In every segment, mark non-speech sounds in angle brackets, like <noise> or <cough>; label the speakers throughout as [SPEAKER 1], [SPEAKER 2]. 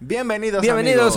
[SPEAKER 1] Bienvenidos,
[SPEAKER 2] Bienvenidos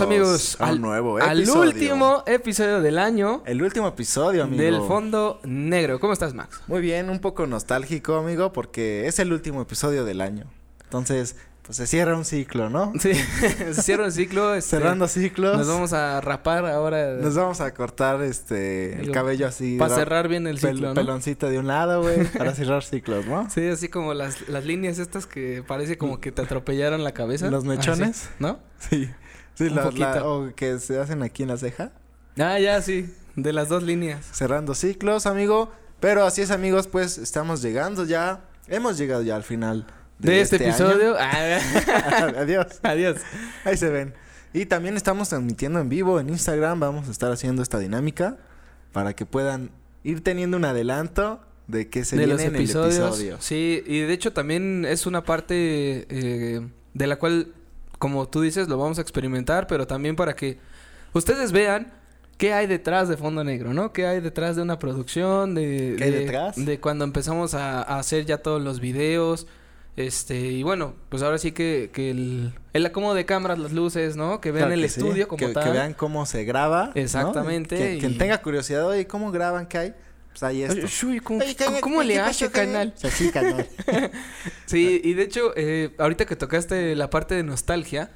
[SPEAKER 1] amigos,
[SPEAKER 2] amigos,
[SPEAKER 1] a un
[SPEAKER 2] al,
[SPEAKER 1] nuevo
[SPEAKER 2] al
[SPEAKER 1] episodio.
[SPEAKER 2] último episodio del año
[SPEAKER 1] El último episodio, amigo.
[SPEAKER 2] del Fondo Negro. ¿Cómo estás, Max? <laughs>
[SPEAKER 1] Muy bien, un poco nostálgico, amigo, porque es el último episodio del año. Entonces, pues se cierra un ciclo, ¿no?
[SPEAKER 2] Sí, <laughs> se cierra el ciclo. este,
[SPEAKER 1] Cerrando ciclos.
[SPEAKER 2] Nos vamos a rapar ahora.
[SPEAKER 1] nos vamos a cortar este el
[SPEAKER 2] Digo,
[SPEAKER 1] cabello así.
[SPEAKER 2] Para
[SPEAKER 1] ¿verdad?
[SPEAKER 2] cerrar bien el
[SPEAKER 1] Pel-
[SPEAKER 2] ciclo, ¿no?
[SPEAKER 1] Peloncito de un lado, güey,
[SPEAKER 2] <laughs>
[SPEAKER 1] para cerrar ciclos, ¿no?
[SPEAKER 2] Sí, así como las, las líneas estas que parece como que te atropellaron la cabeza.
[SPEAKER 1] Los mechones.
[SPEAKER 2] Así, ¿No?
[SPEAKER 1] Sí. Sí,
[SPEAKER 2] Un
[SPEAKER 1] la- la-
[SPEAKER 2] poquito.
[SPEAKER 1] o que se hacen aquí en la ceja.
[SPEAKER 2] Ah, ya, sí. De las dos líneas.
[SPEAKER 1] cerrando ciclos, amigo. Pero así es, amigos, pues estamos llegando ya. Hemos llegado ya al final
[SPEAKER 2] De, este,
[SPEAKER 1] año.
[SPEAKER 2] episodio. Ah, <laughs>
[SPEAKER 1] <laughs> Adiós.
[SPEAKER 2] Adiós.
[SPEAKER 1] Ahí se ven. Y también estamos transmitiendo en vivo en Instagram. Vamos a estar haciendo esta dinámica para que puedan ir teniendo un adelanto de qué se
[SPEAKER 2] de los
[SPEAKER 1] viene en
[SPEAKER 2] episodios.
[SPEAKER 1] el episodio.
[SPEAKER 2] Sí, y de hecho también es una parte eh, de la cual, como tú dices, lo vamos a experimentar, pero también para que ustedes vean qué hay detrás de Fondo Negro, ¿no? ¿Qué hay detrás de una producción? De,
[SPEAKER 1] ¿Qué hay
[SPEAKER 2] de-
[SPEAKER 1] detrás?
[SPEAKER 2] De cuando empezamos a, a hacer ya todos los videos. Este, y bueno, pues ahora sí que, que el, el acomodo de cámaras, las luces, ¿no? Que vean
[SPEAKER 1] Claro
[SPEAKER 2] el
[SPEAKER 1] que sí,
[SPEAKER 2] estudio como
[SPEAKER 1] que, que
[SPEAKER 2] tal.
[SPEAKER 1] vean cómo se graba. ¿no?
[SPEAKER 2] Exactamente,
[SPEAKER 1] Que- Quien
[SPEAKER 2] y-
[SPEAKER 1] tenga curiosidad, oye, ¿cómo graban? ¿Qué hay? Pues ahí
[SPEAKER 2] Ay,
[SPEAKER 1] está.
[SPEAKER 2] uy, ¿cómo, cómo- cómo le hace, canal?
[SPEAKER 1] Sí, canal.
[SPEAKER 2] Sí, y de hecho, eh, ahorita que tocaste la parte de nostalgia,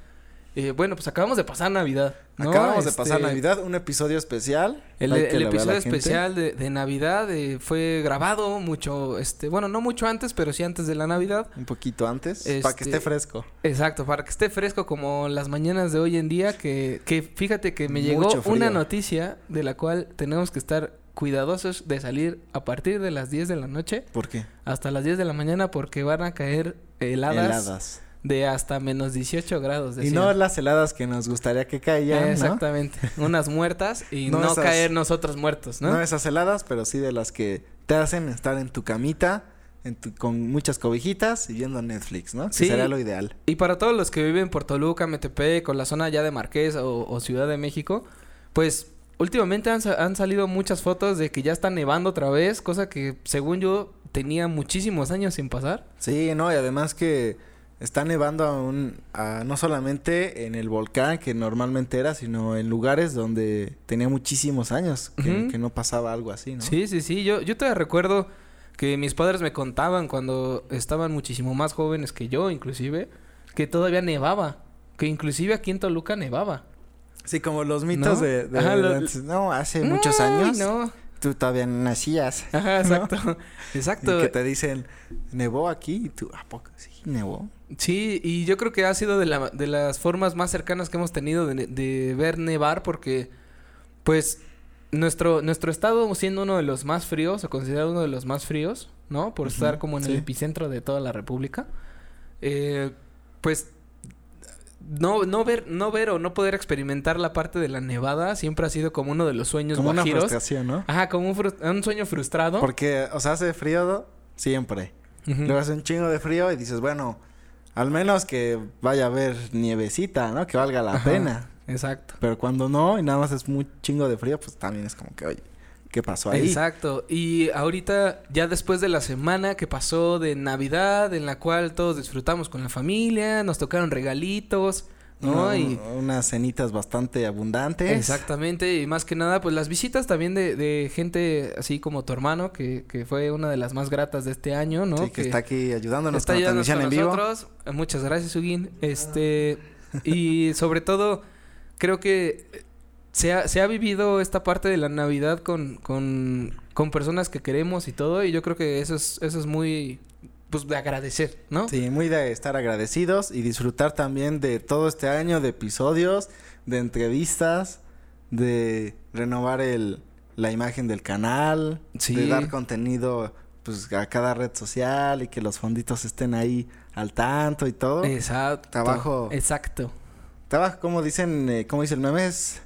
[SPEAKER 2] eh, bueno, pues acabamos de pasar Navidad. ¿no?
[SPEAKER 1] Acabamos de
[SPEAKER 2] Este,
[SPEAKER 1] pasar Navidad, un episodio especial.
[SPEAKER 2] El,
[SPEAKER 1] Hay
[SPEAKER 2] el
[SPEAKER 1] que lo vea la
[SPEAKER 2] episodio
[SPEAKER 1] gente.
[SPEAKER 2] especial de, de Navidad eh, fue grabado mucho, este, bueno, no mucho antes, pero sí antes de la Navidad.
[SPEAKER 1] Un poquito antes, para que
[SPEAKER 2] Este-
[SPEAKER 1] esté fresco.
[SPEAKER 2] Exacto, para que esté fresco como las mañanas de hoy en día, que, que fíjate que me llegó
[SPEAKER 1] Mucho frío.
[SPEAKER 2] una noticia de la cual tenemos que estar cuidadosos de salir a partir de las 10 de la noche
[SPEAKER 1] ¿Por qué?
[SPEAKER 2] hasta las 10 de la mañana porque van a caer heladas,
[SPEAKER 1] Heladas.
[SPEAKER 2] de hasta menos 18 grados.
[SPEAKER 1] Y
[SPEAKER 2] decían.
[SPEAKER 1] no las heladas que nos gustaría que caían, ¿no? <laughs>
[SPEAKER 2] Exactamente. Unas muertas y
[SPEAKER 1] No
[SPEAKER 2] no,
[SPEAKER 1] esas-
[SPEAKER 2] caer nosotros muertos, ¿no?
[SPEAKER 1] ¿no? esas heladas, pero sí de las que te hacen estar en tu camita, en tu- con muchas cobijitas y viendo Netflix, ¿no? Que
[SPEAKER 2] Sí.
[SPEAKER 1] sería lo ideal.
[SPEAKER 2] Y para todos los que viven por Toluca, Metepec o la zona ya de Marqués o, o Ciudad de México, pues últimamente han, sa- han salido muchas fotos de que ya está nevando otra vez, cosa que según yo tenía muchísimos años sin pasar.
[SPEAKER 1] Sí, no, y además que está nevando a un- a- no solamente en el volcán que normalmente era, sino en lugares donde tenía muchísimos años que,
[SPEAKER 2] Ujú.
[SPEAKER 1] que no pasaba algo así, ¿no?
[SPEAKER 2] Sí, sí, sí. Yo, yo todavía recuerdo que mis padres me contaban cuando estaban muchísimo más jóvenes que yo, inclusive, que todavía nevaba. Que inclusive aquí en Toluca nevaba.
[SPEAKER 1] Sí, como los mitos
[SPEAKER 2] ¿No?
[SPEAKER 1] de, de-
[SPEAKER 2] Ajá, lo-
[SPEAKER 1] antes. No, hace muchos
[SPEAKER 2] Ay,
[SPEAKER 1] años
[SPEAKER 2] No.
[SPEAKER 1] tú todavía no nacías.
[SPEAKER 2] Ajá, exacto.
[SPEAKER 1] <laughs> Y
[SPEAKER 2] Exacto.
[SPEAKER 1] que te dicen, nevó aquí y tú, ¿a poco? Sí, nevó.
[SPEAKER 2] Sí, y yo creo que ha sido de, la- de las formas más cercanas que hemos tenido de, ne- de ver nevar porque, pues, nuestro, nuestro estado siendo uno de los más fríos, o considerado uno de los más fríos, ¿no? Por estar
[SPEAKER 1] Ujú,
[SPEAKER 2] como en
[SPEAKER 1] sí.
[SPEAKER 2] el epicentro de toda la República, eh, pues, no, no, ver, no ver o no poder experimentar la parte de la nevada siempre ha sido como uno de los sueños
[SPEAKER 1] Como una
[SPEAKER 2] guajiros.
[SPEAKER 1] frustración, ¿no?
[SPEAKER 2] Ajá, como un, frus- un sueño frustrado.
[SPEAKER 1] Porque, o sea, hace frío siempre.
[SPEAKER 2] Ujú.
[SPEAKER 1] Luego hace un chingo de frío y dices, bueno, al menos que vaya a haber nievecita, ¿no? Que valga la
[SPEAKER 2] Ajá,
[SPEAKER 1] pena.
[SPEAKER 2] Exacto.
[SPEAKER 1] Pero cuando no y nada más es muy chingo de frío, pues también es como que, oye, ¿qué pasó ahí?
[SPEAKER 2] Exacto. Y ahorita, ya después de la semana que pasó de Navidad, en la cual todos disfrutamos con la familia, nos tocaron regalitos, ¿no?
[SPEAKER 1] Una-
[SPEAKER 2] y
[SPEAKER 1] Unas cenitas bastante abundantes.
[SPEAKER 2] Exactamente. Y más que nada, pues las visitas también de, de gente así como tu hermano, que, que fue una de las más gratas de este año, ¿no?
[SPEAKER 1] Sí, que, está aquí ayudándonos
[SPEAKER 2] Está
[SPEAKER 1] con la
[SPEAKER 2] ayudándonos
[SPEAKER 1] transmisión en
[SPEAKER 2] con
[SPEAKER 1] vivo.
[SPEAKER 2] nosotros. Eh, Muchas gracias, Huguín. Este, y sobre todo, creo que eh, se ha, se ha vivido esta parte de la Navidad con, con, con personas que queremos y todo, y yo creo que eso es, eso es muy, pues, de agradecer, ¿no?
[SPEAKER 1] Sí, muy de estar agradecidos y disfrutar también de todo este año de episodios, de entrevistas, de renovar el, la imagen del canal,
[SPEAKER 2] Sí.
[SPEAKER 1] de dar contenido pues a cada red social y que los fonditos estén ahí al tanto y todo.
[SPEAKER 2] Exacto.
[SPEAKER 1] Trabajo.
[SPEAKER 2] Exacto.
[SPEAKER 1] Trabajo, como dicen, eh, como dice el meme, es,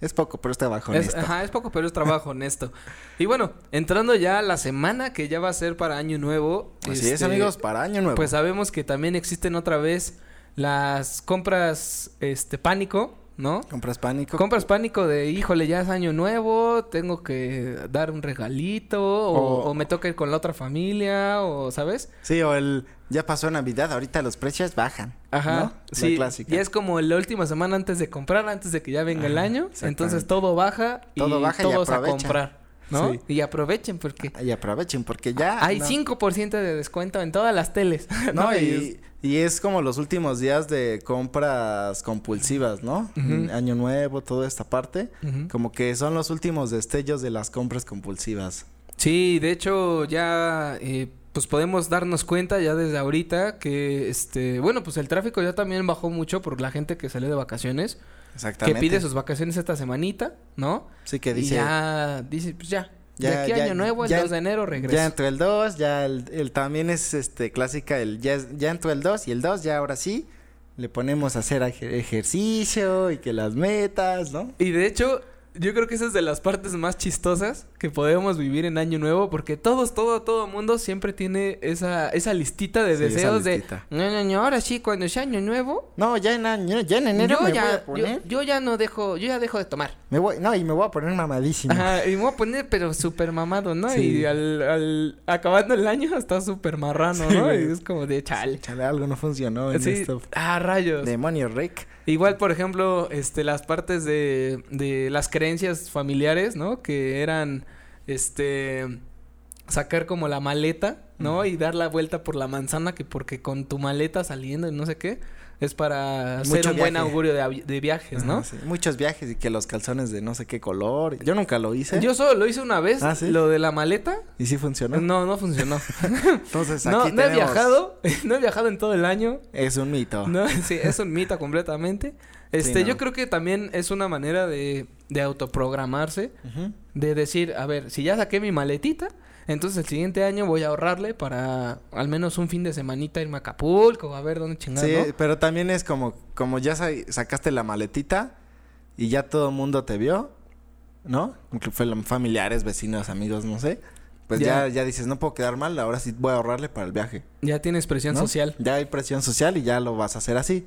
[SPEAKER 1] es poco, pero es trabajo
[SPEAKER 2] Es, ah,
[SPEAKER 1] honesto.
[SPEAKER 2] ajá, es poco, pero es trabajo honesto. Y bueno, entrando ya a la semana que ya va a ser para Año Nuevo.
[SPEAKER 1] Así es,
[SPEAKER 2] este, ah,
[SPEAKER 1] amigos, para año nuevo.
[SPEAKER 2] Pues sabemos que también existen otra vez las compras este pánico, ¿no?
[SPEAKER 1] Compras pánico.
[SPEAKER 2] Compras pánico de, híjole, ya es año nuevo, tengo que dar un regalito, o,
[SPEAKER 1] O-
[SPEAKER 2] o me toca ir con la otra familia, o, ¿sabes?
[SPEAKER 1] sí, o el ya pasó Navidad, ahorita los precios bajan.
[SPEAKER 2] Ajá,
[SPEAKER 1] ¿no?
[SPEAKER 2] sí.
[SPEAKER 1] La clásica.
[SPEAKER 2] Y es como la última semana antes de comprar, antes de que ya venga el
[SPEAKER 1] Ajá,
[SPEAKER 2] año.
[SPEAKER 1] exactamente.
[SPEAKER 2] Entonces todo baja y
[SPEAKER 1] Todo baja y
[SPEAKER 2] todos a
[SPEAKER 1] aprovechan.
[SPEAKER 2] comprar, ¿no?
[SPEAKER 1] Sí.
[SPEAKER 2] Y aprovechen porque
[SPEAKER 1] Y aprovechen porque ya...
[SPEAKER 2] hay
[SPEAKER 1] no.
[SPEAKER 2] 5% de descuento en todas las teles. <laughs>
[SPEAKER 1] No,
[SPEAKER 2] Y-
[SPEAKER 1] y, y es como los últimos días de compras compulsivas, ¿no?
[SPEAKER 2] Ujú.
[SPEAKER 1] Año nuevo, toda esta parte.
[SPEAKER 2] Ujú.
[SPEAKER 1] Como que son los últimos destellos de las compras compulsivas.
[SPEAKER 2] Sí, de hecho ya eh, pues podemos darnos cuenta ya desde ahorita que este, bueno, pues el tráfico ya también bajó mucho por la gente que sale de vacaciones, que
[SPEAKER 1] Exactamente.
[SPEAKER 2] pide sus vacaciones esta semanita, ¿no?
[SPEAKER 1] Sí, que
[SPEAKER 2] Y
[SPEAKER 1] dice...
[SPEAKER 2] ya dice, pues ya, de
[SPEAKER 1] Ya-
[SPEAKER 2] aquí a
[SPEAKER 1] ya-
[SPEAKER 2] año nuevo, el
[SPEAKER 1] ya-
[SPEAKER 2] 2 de enero regreso.
[SPEAKER 1] Ya entró el 2, ya el, el- también es este clásica el ya, es- ya entró el 2 y el 2 ya ahora sí le ponemos a hacer ej- ejercicio y que las metas, ¿no?
[SPEAKER 2] Y de hecho, yo creo que esa es de las partes más chistosas que podemos vivir en Año Nuevo, porque todos, todo, todo mundo siempre tiene esa, esa listita de
[SPEAKER 1] Sí, esa
[SPEAKER 2] deseos
[SPEAKER 1] listita.
[SPEAKER 2] de, no, no, no, ahora sí, cuando sea Año Nuevo,
[SPEAKER 1] No, ya en año- ya en enero
[SPEAKER 2] yo,
[SPEAKER 1] me voy
[SPEAKER 2] ya,
[SPEAKER 1] a
[SPEAKER 2] yo,
[SPEAKER 1] poner
[SPEAKER 2] yo ya no dejo, yo ya dejo de tomar.
[SPEAKER 1] me voy, no, y me voy a poner mamadísimo.
[SPEAKER 2] Ajá, y me voy a poner pero súper mamado, ¿no?
[SPEAKER 1] Sí.
[SPEAKER 2] Y al, al acabando el año está súper marrano,
[SPEAKER 1] Sí,
[SPEAKER 2] ¿no?
[SPEAKER 1] güey.
[SPEAKER 2] Y es como de chale.
[SPEAKER 1] Chale, algo no funcionó en
[SPEAKER 2] Sí.
[SPEAKER 1] esto.
[SPEAKER 2] Ah, rayos.
[SPEAKER 1] Demonio Rick.
[SPEAKER 2] Igual, por ejemplo, este, las partes de, de las creencias familiares, ¿no? Que eran, este, sacar como la maleta, ¿no? Y dar la vuelta por la manzana, que porque con tu maleta saliendo y no sé qué, es para hacer
[SPEAKER 1] Mucho
[SPEAKER 2] un buen
[SPEAKER 1] viaje.
[SPEAKER 2] augurio de, avi- de viajes, ¿no?
[SPEAKER 1] Ajá, sí. Muchos viajes y que los calzones de no sé qué color. Yo nunca lo hice.
[SPEAKER 2] Yo solo lo hice una vez,
[SPEAKER 1] Ah, ¿sí?
[SPEAKER 2] lo de la maleta.
[SPEAKER 1] ¿Y sí funcionó?
[SPEAKER 2] No,
[SPEAKER 1] <laughs>
[SPEAKER 2] no, funcionó.
[SPEAKER 1] Entonces aquí
[SPEAKER 2] no, no he
[SPEAKER 1] tenemos-
[SPEAKER 2] viajado, <laughs> no he viajado en todo el año.
[SPEAKER 1] Es un mito.
[SPEAKER 2] No, <laughs> sí, es un mito completamente. Este,
[SPEAKER 1] no.
[SPEAKER 2] yo creo que también es una manera de, de autoprogramarse,
[SPEAKER 1] Ujú.
[SPEAKER 2] de decir, a ver, si ya saqué mi maletita, entonces el siguiente año voy a ahorrarle para al menos un fin de semanita irme a Acapulco, a ver dónde chingar,
[SPEAKER 1] Sí,
[SPEAKER 2] ¿no?
[SPEAKER 1] pero también es como, como ya sa- sacaste la maletita y ya todo el mundo te vio, ¿no? Inclu- fel- Familiares, vecinos, amigos, no sé. Pues ya.
[SPEAKER 2] Ya.
[SPEAKER 1] Ya, dices, no puedo quedar mal, ahora sí voy a ahorrarle para el viaje.
[SPEAKER 2] Ya tienes presión
[SPEAKER 1] ¿no?
[SPEAKER 2] social.
[SPEAKER 1] Ya hay presión social y ya lo vas a hacer así.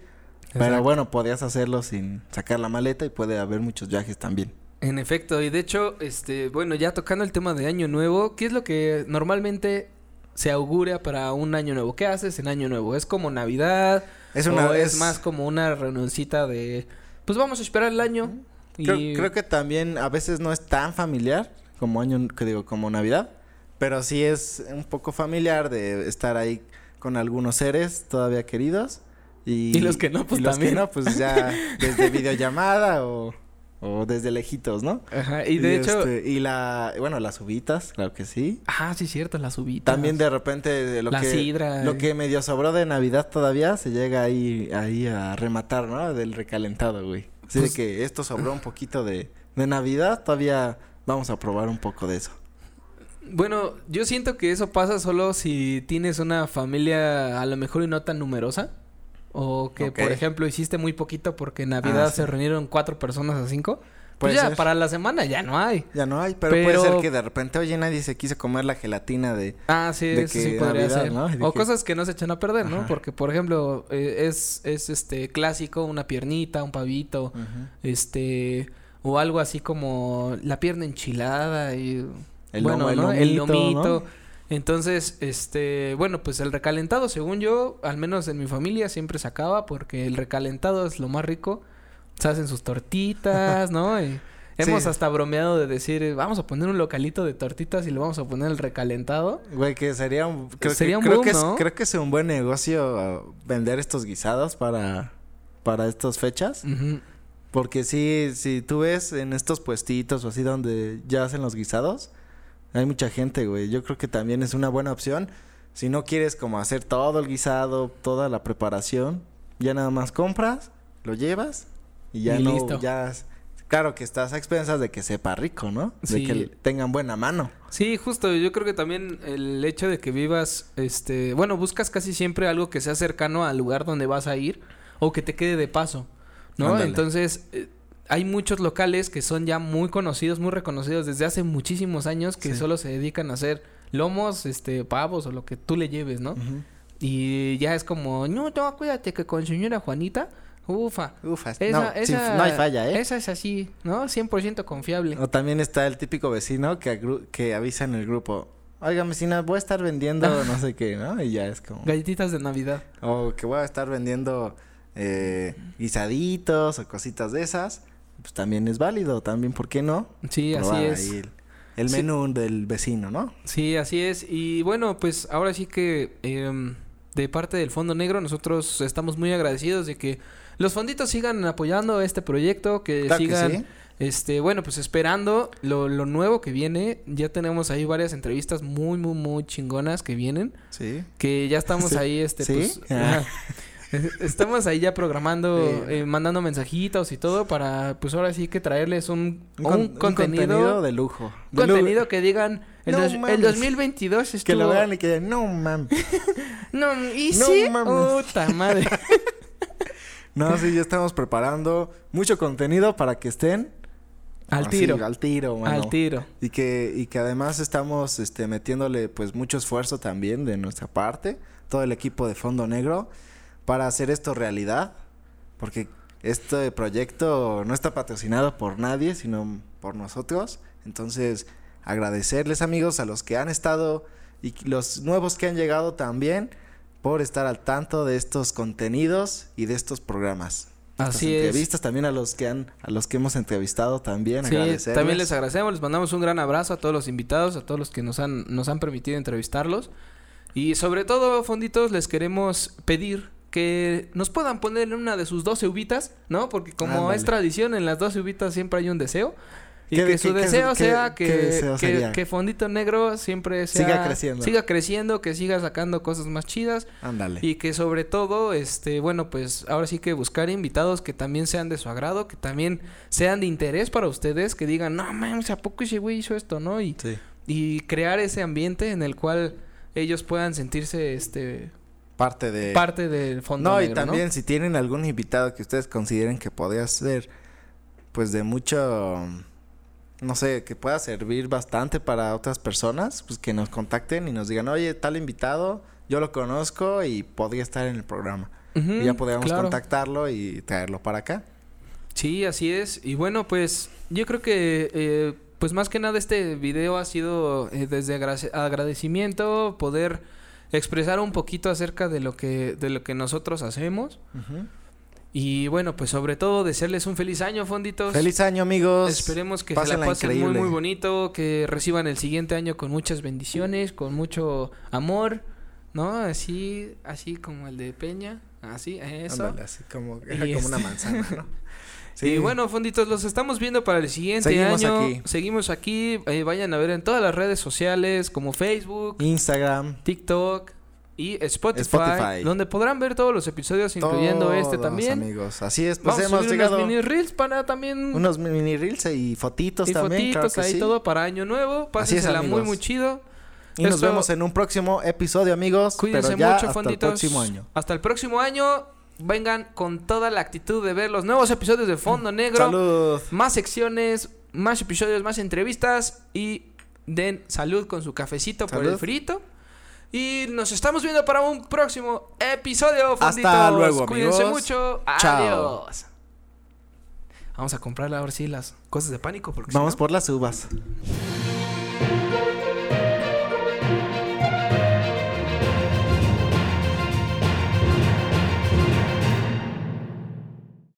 [SPEAKER 1] Pero
[SPEAKER 2] Exacto.
[SPEAKER 1] bueno, podías hacerlo sin sacar la maleta y puede haber muchos viajes también.
[SPEAKER 2] En efecto, y de hecho, este, bueno, ya tocando el tema de año nuevo, ¿qué es lo que normalmente se augura para un año nuevo? ¿Qué haces en año nuevo? ¿Es como Navidad?
[SPEAKER 1] Es una
[SPEAKER 2] ¿O es
[SPEAKER 1] es-
[SPEAKER 2] más como una reunioncita de, pues vamos a esperar el año? y-
[SPEAKER 1] Creo, creo que también a veces no es tan familiar como año, que digo, como Navidad, pero sí es un poco familiar de estar ahí con algunos seres todavía queridos y,
[SPEAKER 2] Y los que no, pues,
[SPEAKER 1] y los
[SPEAKER 2] también.
[SPEAKER 1] que no, pues
[SPEAKER 2] <laughs>
[SPEAKER 1] ya desde videollamada o, o desde lejitos, ¿no?
[SPEAKER 2] Ajá, y de hecho,
[SPEAKER 1] este, y la bueno, las uvitas, claro que sí.
[SPEAKER 2] ah, sí, cierto, las ubitas.
[SPEAKER 1] También de repente de lo
[SPEAKER 2] La
[SPEAKER 1] que
[SPEAKER 2] sidra, eh.
[SPEAKER 1] lo que medio sobró de Navidad todavía se llega ahí ahí a rematar, ¿no? Del recalentado, güey. Así
[SPEAKER 2] Pues-
[SPEAKER 1] de que esto sobró un poquito de de Navidad, todavía vamos a probar un poco de eso.
[SPEAKER 2] Bueno, yo siento que eso pasa solo si tienes una familia a lo mejor y no tan numerosa. O que, por
[SPEAKER 1] Ok.
[SPEAKER 2] ejemplo, hiciste muy poquito porque en Navidad
[SPEAKER 1] Ah, sí.
[SPEAKER 2] se reunieron cuatro personas a cinco. Pues
[SPEAKER 1] Puede
[SPEAKER 2] ya,
[SPEAKER 1] ser.
[SPEAKER 2] para la semana ya no hay.
[SPEAKER 1] Ya no hay, pero,
[SPEAKER 2] Pero-
[SPEAKER 1] puede ser que de repente, oye, nadie se quiso comer la gelatina de
[SPEAKER 2] Ah, sí,
[SPEAKER 1] De
[SPEAKER 2] eso
[SPEAKER 1] que
[SPEAKER 2] sí podría
[SPEAKER 1] Navidad,
[SPEAKER 2] ser.
[SPEAKER 1] ¿no? De
[SPEAKER 2] O
[SPEAKER 1] que-
[SPEAKER 2] cosas que no se echan a perder, ¿no?
[SPEAKER 1] Ajá.
[SPEAKER 2] Porque, por ejemplo, eh, es, es este clásico, una piernita, un pavito, este, o algo así como la pierna enchilada y
[SPEAKER 1] El
[SPEAKER 2] bueno,
[SPEAKER 1] lomo, el
[SPEAKER 2] ¿no? El
[SPEAKER 1] lomito,
[SPEAKER 2] lomito. Entonces, este, bueno, pues el recalentado, según yo, al menos en mi familia siempre se acaba porque el recalentado es lo más rico. Se hacen sus
[SPEAKER 1] <laughs>
[SPEAKER 2] tortitas, ¿no? Y hemos
[SPEAKER 1] Sí.
[SPEAKER 2] hasta bromeado de decir, eh, vamos a poner un localito de tortitas y le vamos a poner el recalentado.
[SPEAKER 1] güey, que sería un creo
[SPEAKER 2] Sería
[SPEAKER 1] que,
[SPEAKER 2] un
[SPEAKER 1] creo
[SPEAKER 2] boom,
[SPEAKER 1] que es,
[SPEAKER 2] ¿no?
[SPEAKER 1] creo que es un buen negocio uh, vender estos guisados para para estas fechas.
[SPEAKER 2] Ujú.
[SPEAKER 1] Porque sí, si tú ves en estos puestitos o así donde ya hacen los guisados, hay mucha gente, güey. Yo creo que también es una buena opción. Si no quieres como hacer todo el guisado, toda la preparación, ya nada más compras, lo llevas y ya
[SPEAKER 2] Y
[SPEAKER 1] no,
[SPEAKER 2] listo.
[SPEAKER 1] ya... es- Claro que estás a expensas de que sepa rico, ¿no? De
[SPEAKER 2] Sí.
[SPEAKER 1] que le- tengan buena mano.
[SPEAKER 2] Sí, justo. Yo creo que también el hecho de que vivas, este, bueno, buscas casi siempre algo que sea cercano al lugar donde vas a ir o que te quede de paso, ¿no?
[SPEAKER 1] Ándale.
[SPEAKER 2] Entonces, eh, hay muchos locales que son ya muy conocidos, muy reconocidos desde hace muchísimos años que
[SPEAKER 1] Sí.
[SPEAKER 2] solo se dedican a hacer lomos, este, pavos o lo
[SPEAKER 1] Mm.
[SPEAKER 2] que tú le lleves, ¿no? Y ya es como, no, no, cuídate que con señora Juanita Ufa.
[SPEAKER 1] Ufas.
[SPEAKER 2] Esa,
[SPEAKER 1] no, sin-
[SPEAKER 2] esa-
[SPEAKER 1] no hay falla, ¿eh? Ah.
[SPEAKER 2] Esa es así, ¿no? 100% confiable.
[SPEAKER 1] O también está el típico vecino que, agru- que avisa en el grupo. Oiga, vecina, voy a estar
[SPEAKER 2] <laughs>
[SPEAKER 1] vendiendo no sé qué, ¿no? Y ya es como...
[SPEAKER 2] Galletitas de Navidad.
[SPEAKER 1] O que voy a estar vendiendo eh, guisaditos o cositas de esas. Pues también es válido, también, ¿por qué no?
[SPEAKER 2] Sí, así
[SPEAKER 1] Probar
[SPEAKER 2] es.
[SPEAKER 1] ahí el, el
[SPEAKER 2] Sí.
[SPEAKER 1] menú del vecino, ¿no?
[SPEAKER 2] Sí, así es. Y bueno, pues ahora sí que em, de parte del Fondo Negro nosotros estamos muy agradecidos de que los fonditos sigan apoyando este proyecto, que
[SPEAKER 1] Claro que
[SPEAKER 2] sigan,
[SPEAKER 1] sí.
[SPEAKER 2] este, bueno, pues esperando lo, lo nuevo que viene. Ya tenemos ahí varias entrevistas muy, muy, muy chingonas que vienen,
[SPEAKER 1] Sí.
[SPEAKER 2] que ya estamos
[SPEAKER 1] Sí.
[SPEAKER 2] ahí, este,
[SPEAKER 1] ¿Sí?
[SPEAKER 2] pues,
[SPEAKER 1] Ah.
[SPEAKER 2] ajá. <laughs> estamos ahí ya programando,
[SPEAKER 1] Sí.
[SPEAKER 2] eh, mandando mensajitos y todo para, pues ahora sí que traerles un,
[SPEAKER 1] Un,
[SPEAKER 2] un
[SPEAKER 1] con- un contenido,
[SPEAKER 2] contenido
[SPEAKER 1] de lujo. De lujo.
[SPEAKER 2] contenido que digan el,
[SPEAKER 1] No
[SPEAKER 2] dos- el
[SPEAKER 1] mames.
[SPEAKER 2] 2022 estuvo
[SPEAKER 1] Que lo vean y que digan, no mames.
[SPEAKER 2] no y
[SPEAKER 1] No
[SPEAKER 2] sí
[SPEAKER 1] mames.
[SPEAKER 2] puta
[SPEAKER 1] <laughs>
[SPEAKER 2] madre
[SPEAKER 1] No, sí, ya estamos preparando mucho contenido para que estén
[SPEAKER 2] al
[SPEAKER 1] así,
[SPEAKER 2] tiro
[SPEAKER 1] al tiro, mano.
[SPEAKER 2] al tiro
[SPEAKER 1] Y que, y que además estamos este, metiéndole pues mucho esfuerzo también de nuestra parte, todo el equipo de Fondo Negro, para hacer esto realidad, porque este proyecto no está patrocinado por nadie, sino por nosotros. Entonces, agradecerles amigos a los que han estado y los nuevos que han llegado también por estar al tanto de estos contenidos y de estos programas. Estas
[SPEAKER 2] así es
[SPEAKER 1] entrevistas también a los que han a los que hemos entrevistado también
[SPEAKER 2] Sí,
[SPEAKER 1] agradecerles.
[SPEAKER 2] también les agradecemos les mandamos un gran abrazo a todos los invitados a todos los que nos han nos han permitido entrevistarlos y sobre todo fonditos les queremos pedir que nos puedan poner en una de sus 12 uvitas, ¿no? Porque como
[SPEAKER 1] Ándale.
[SPEAKER 2] es tradición, en las 12 uvitas siempre hay un deseo. Y
[SPEAKER 1] ¿Qué-
[SPEAKER 2] que
[SPEAKER 1] qué-
[SPEAKER 2] su
[SPEAKER 1] qué-
[SPEAKER 2] deseo
[SPEAKER 1] qué-
[SPEAKER 2] sea que,
[SPEAKER 1] qué deseo
[SPEAKER 2] que-
[SPEAKER 1] sería?
[SPEAKER 2] que Fondito Negro siempre sea-
[SPEAKER 1] Siga creciendo.
[SPEAKER 2] Siga creciendo, que siga sacando cosas más chidas.
[SPEAKER 1] Ándale.
[SPEAKER 2] Y que sobre todo, este, bueno, pues ahora sí que buscar invitados que también sean de su agrado, que también sean de interés para ustedes, que digan, no mames, ¿a poco ese güey hizo esto, no? Y,
[SPEAKER 1] Sí.
[SPEAKER 2] y crear ese ambiente en el cual ellos puedan sentirse, este,
[SPEAKER 1] Parte de.
[SPEAKER 2] parte del fondo
[SPEAKER 1] Eh, no, y
[SPEAKER 2] negro,
[SPEAKER 1] también si tienen algún invitado que ustedes consideren que podría ser, pues de mucho. No sé, que pueda servir bastante para otras personas, pues que nos contacten y nos digan, oye, tal invitado, yo lo conozco y podría estar en el programa.
[SPEAKER 2] Ujú,
[SPEAKER 1] y ya podríamos
[SPEAKER 2] Mm, claro.
[SPEAKER 1] contactarlo y traerlo para acá.
[SPEAKER 2] Sí, así es. Y bueno, pues yo creo que, eh, pues más que nada este video ha sido eh, desde agra- agradecimiento, poder expresar un poquito acerca de lo que, de lo que nosotros hacemos. Y bueno, pues sobre todo desearles un feliz año, fonditos.
[SPEAKER 1] Pues, Feliz año, amigos.
[SPEAKER 2] Esperemos que se
[SPEAKER 1] Pásenla
[SPEAKER 2] la pasen muy,
[SPEAKER 1] increíble.
[SPEAKER 2] muy bonito, que reciban el siguiente año con muchas bendiciones, con mucho amor, ¿no? Así, así como el de Peña, así, eso.
[SPEAKER 1] Ándale, así como,
[SPEAKER 2] Y
[SPEAKER 1] como
[SPEAKER 2] este-
[SPEAKER 1] una manzana, ¿no?
[SPEAKER 2] <laughs> Y bueno, fonditos, los estamos viendo para el siguiente
[SPEAKER 1] Seguimos
[SPEAKER 2] año.
[SPEAKER 1] aquí.
[SPEAKER 2] Seguimos aquí. eh, vayan a ver en todas las redes sociales como Facebook,
[SPEAKER 1] Instagram,
[SPEAKER 2] TikTok y Spotify,
[SPEAKER 1] Spotify.
[SPEAKER 2] donde podrán ver todos los episodios, incluyendo este
[SPEAKER 1] Todos,
[SPEAKER 2] también.
[SPEAKER 1] amigos. Así es, pues
[SPEAKER 2] Vamos a
[SPEAKER 1] hemos
[SPEAKER 2] subir
[SPEAKER 1] llegado
[SPEAKER 2] unos mini reels para también
[SPEAKER 1] unos mini reels y fotitos
[SPEAKER 2] Mm. y
[SPEAKER 1] también, claro
[SPEAKER 2] fotitos
[SPEAKER 1] que
[SPEAKER 2] ahí
[SPEAKER 1] sí.
[SPEAKER 2] todo para año nuevo.
[SPEAKER 1] Así es,
[SPEAKER 2] Pásensela muy
[SPEAKER 1] amigos.
[SPEAKER 2] muy chido.
[SPEAKER 1] Y nos
[SPEAKER 2] Esto-
[SPEAKER 1] vemos en un próximo episodio, amigos,
[SPEAKER 2] Cuídense
[SPEAKER 1] pero ya
[SPEAKER 2] mucho,
[SPEAKER 1] hasta
[SPEAKER 2] fonditos.
[SPEAKER 1] el próximo año.
[SPEAKER 2] Hasta el próximo año. Vengan con toda la actitud de ver los nuevos episodios de Fondo Negro.
[SPEAKER 1] Mm. Salud.
[SPEAKER 2] más secciones, más episodios, más entrevistas y den salud con su cafecito por
[SPEAKER 1] Salud.
[SPEAKER 2] el frito. Y nos estamos viendo para un próximo episodio.
[SPEAKER 1] Hasta
[SPEAKER 2] fonditos.
[SPEAKER 1] luego,
[SPEAKER 2] Cuídense
[SPEAKER 1] amigos.
[SPEAKER 2] mucho.
[SPEAKER 1] Chao.
[SPEAKER 2] Adiós. Vamos a comprar ahora sí las cosas de pánico porque si
[SPEAKER 1] Vamos
[SPEAKER 2] no-
[SPEAKER 1] por las uvas.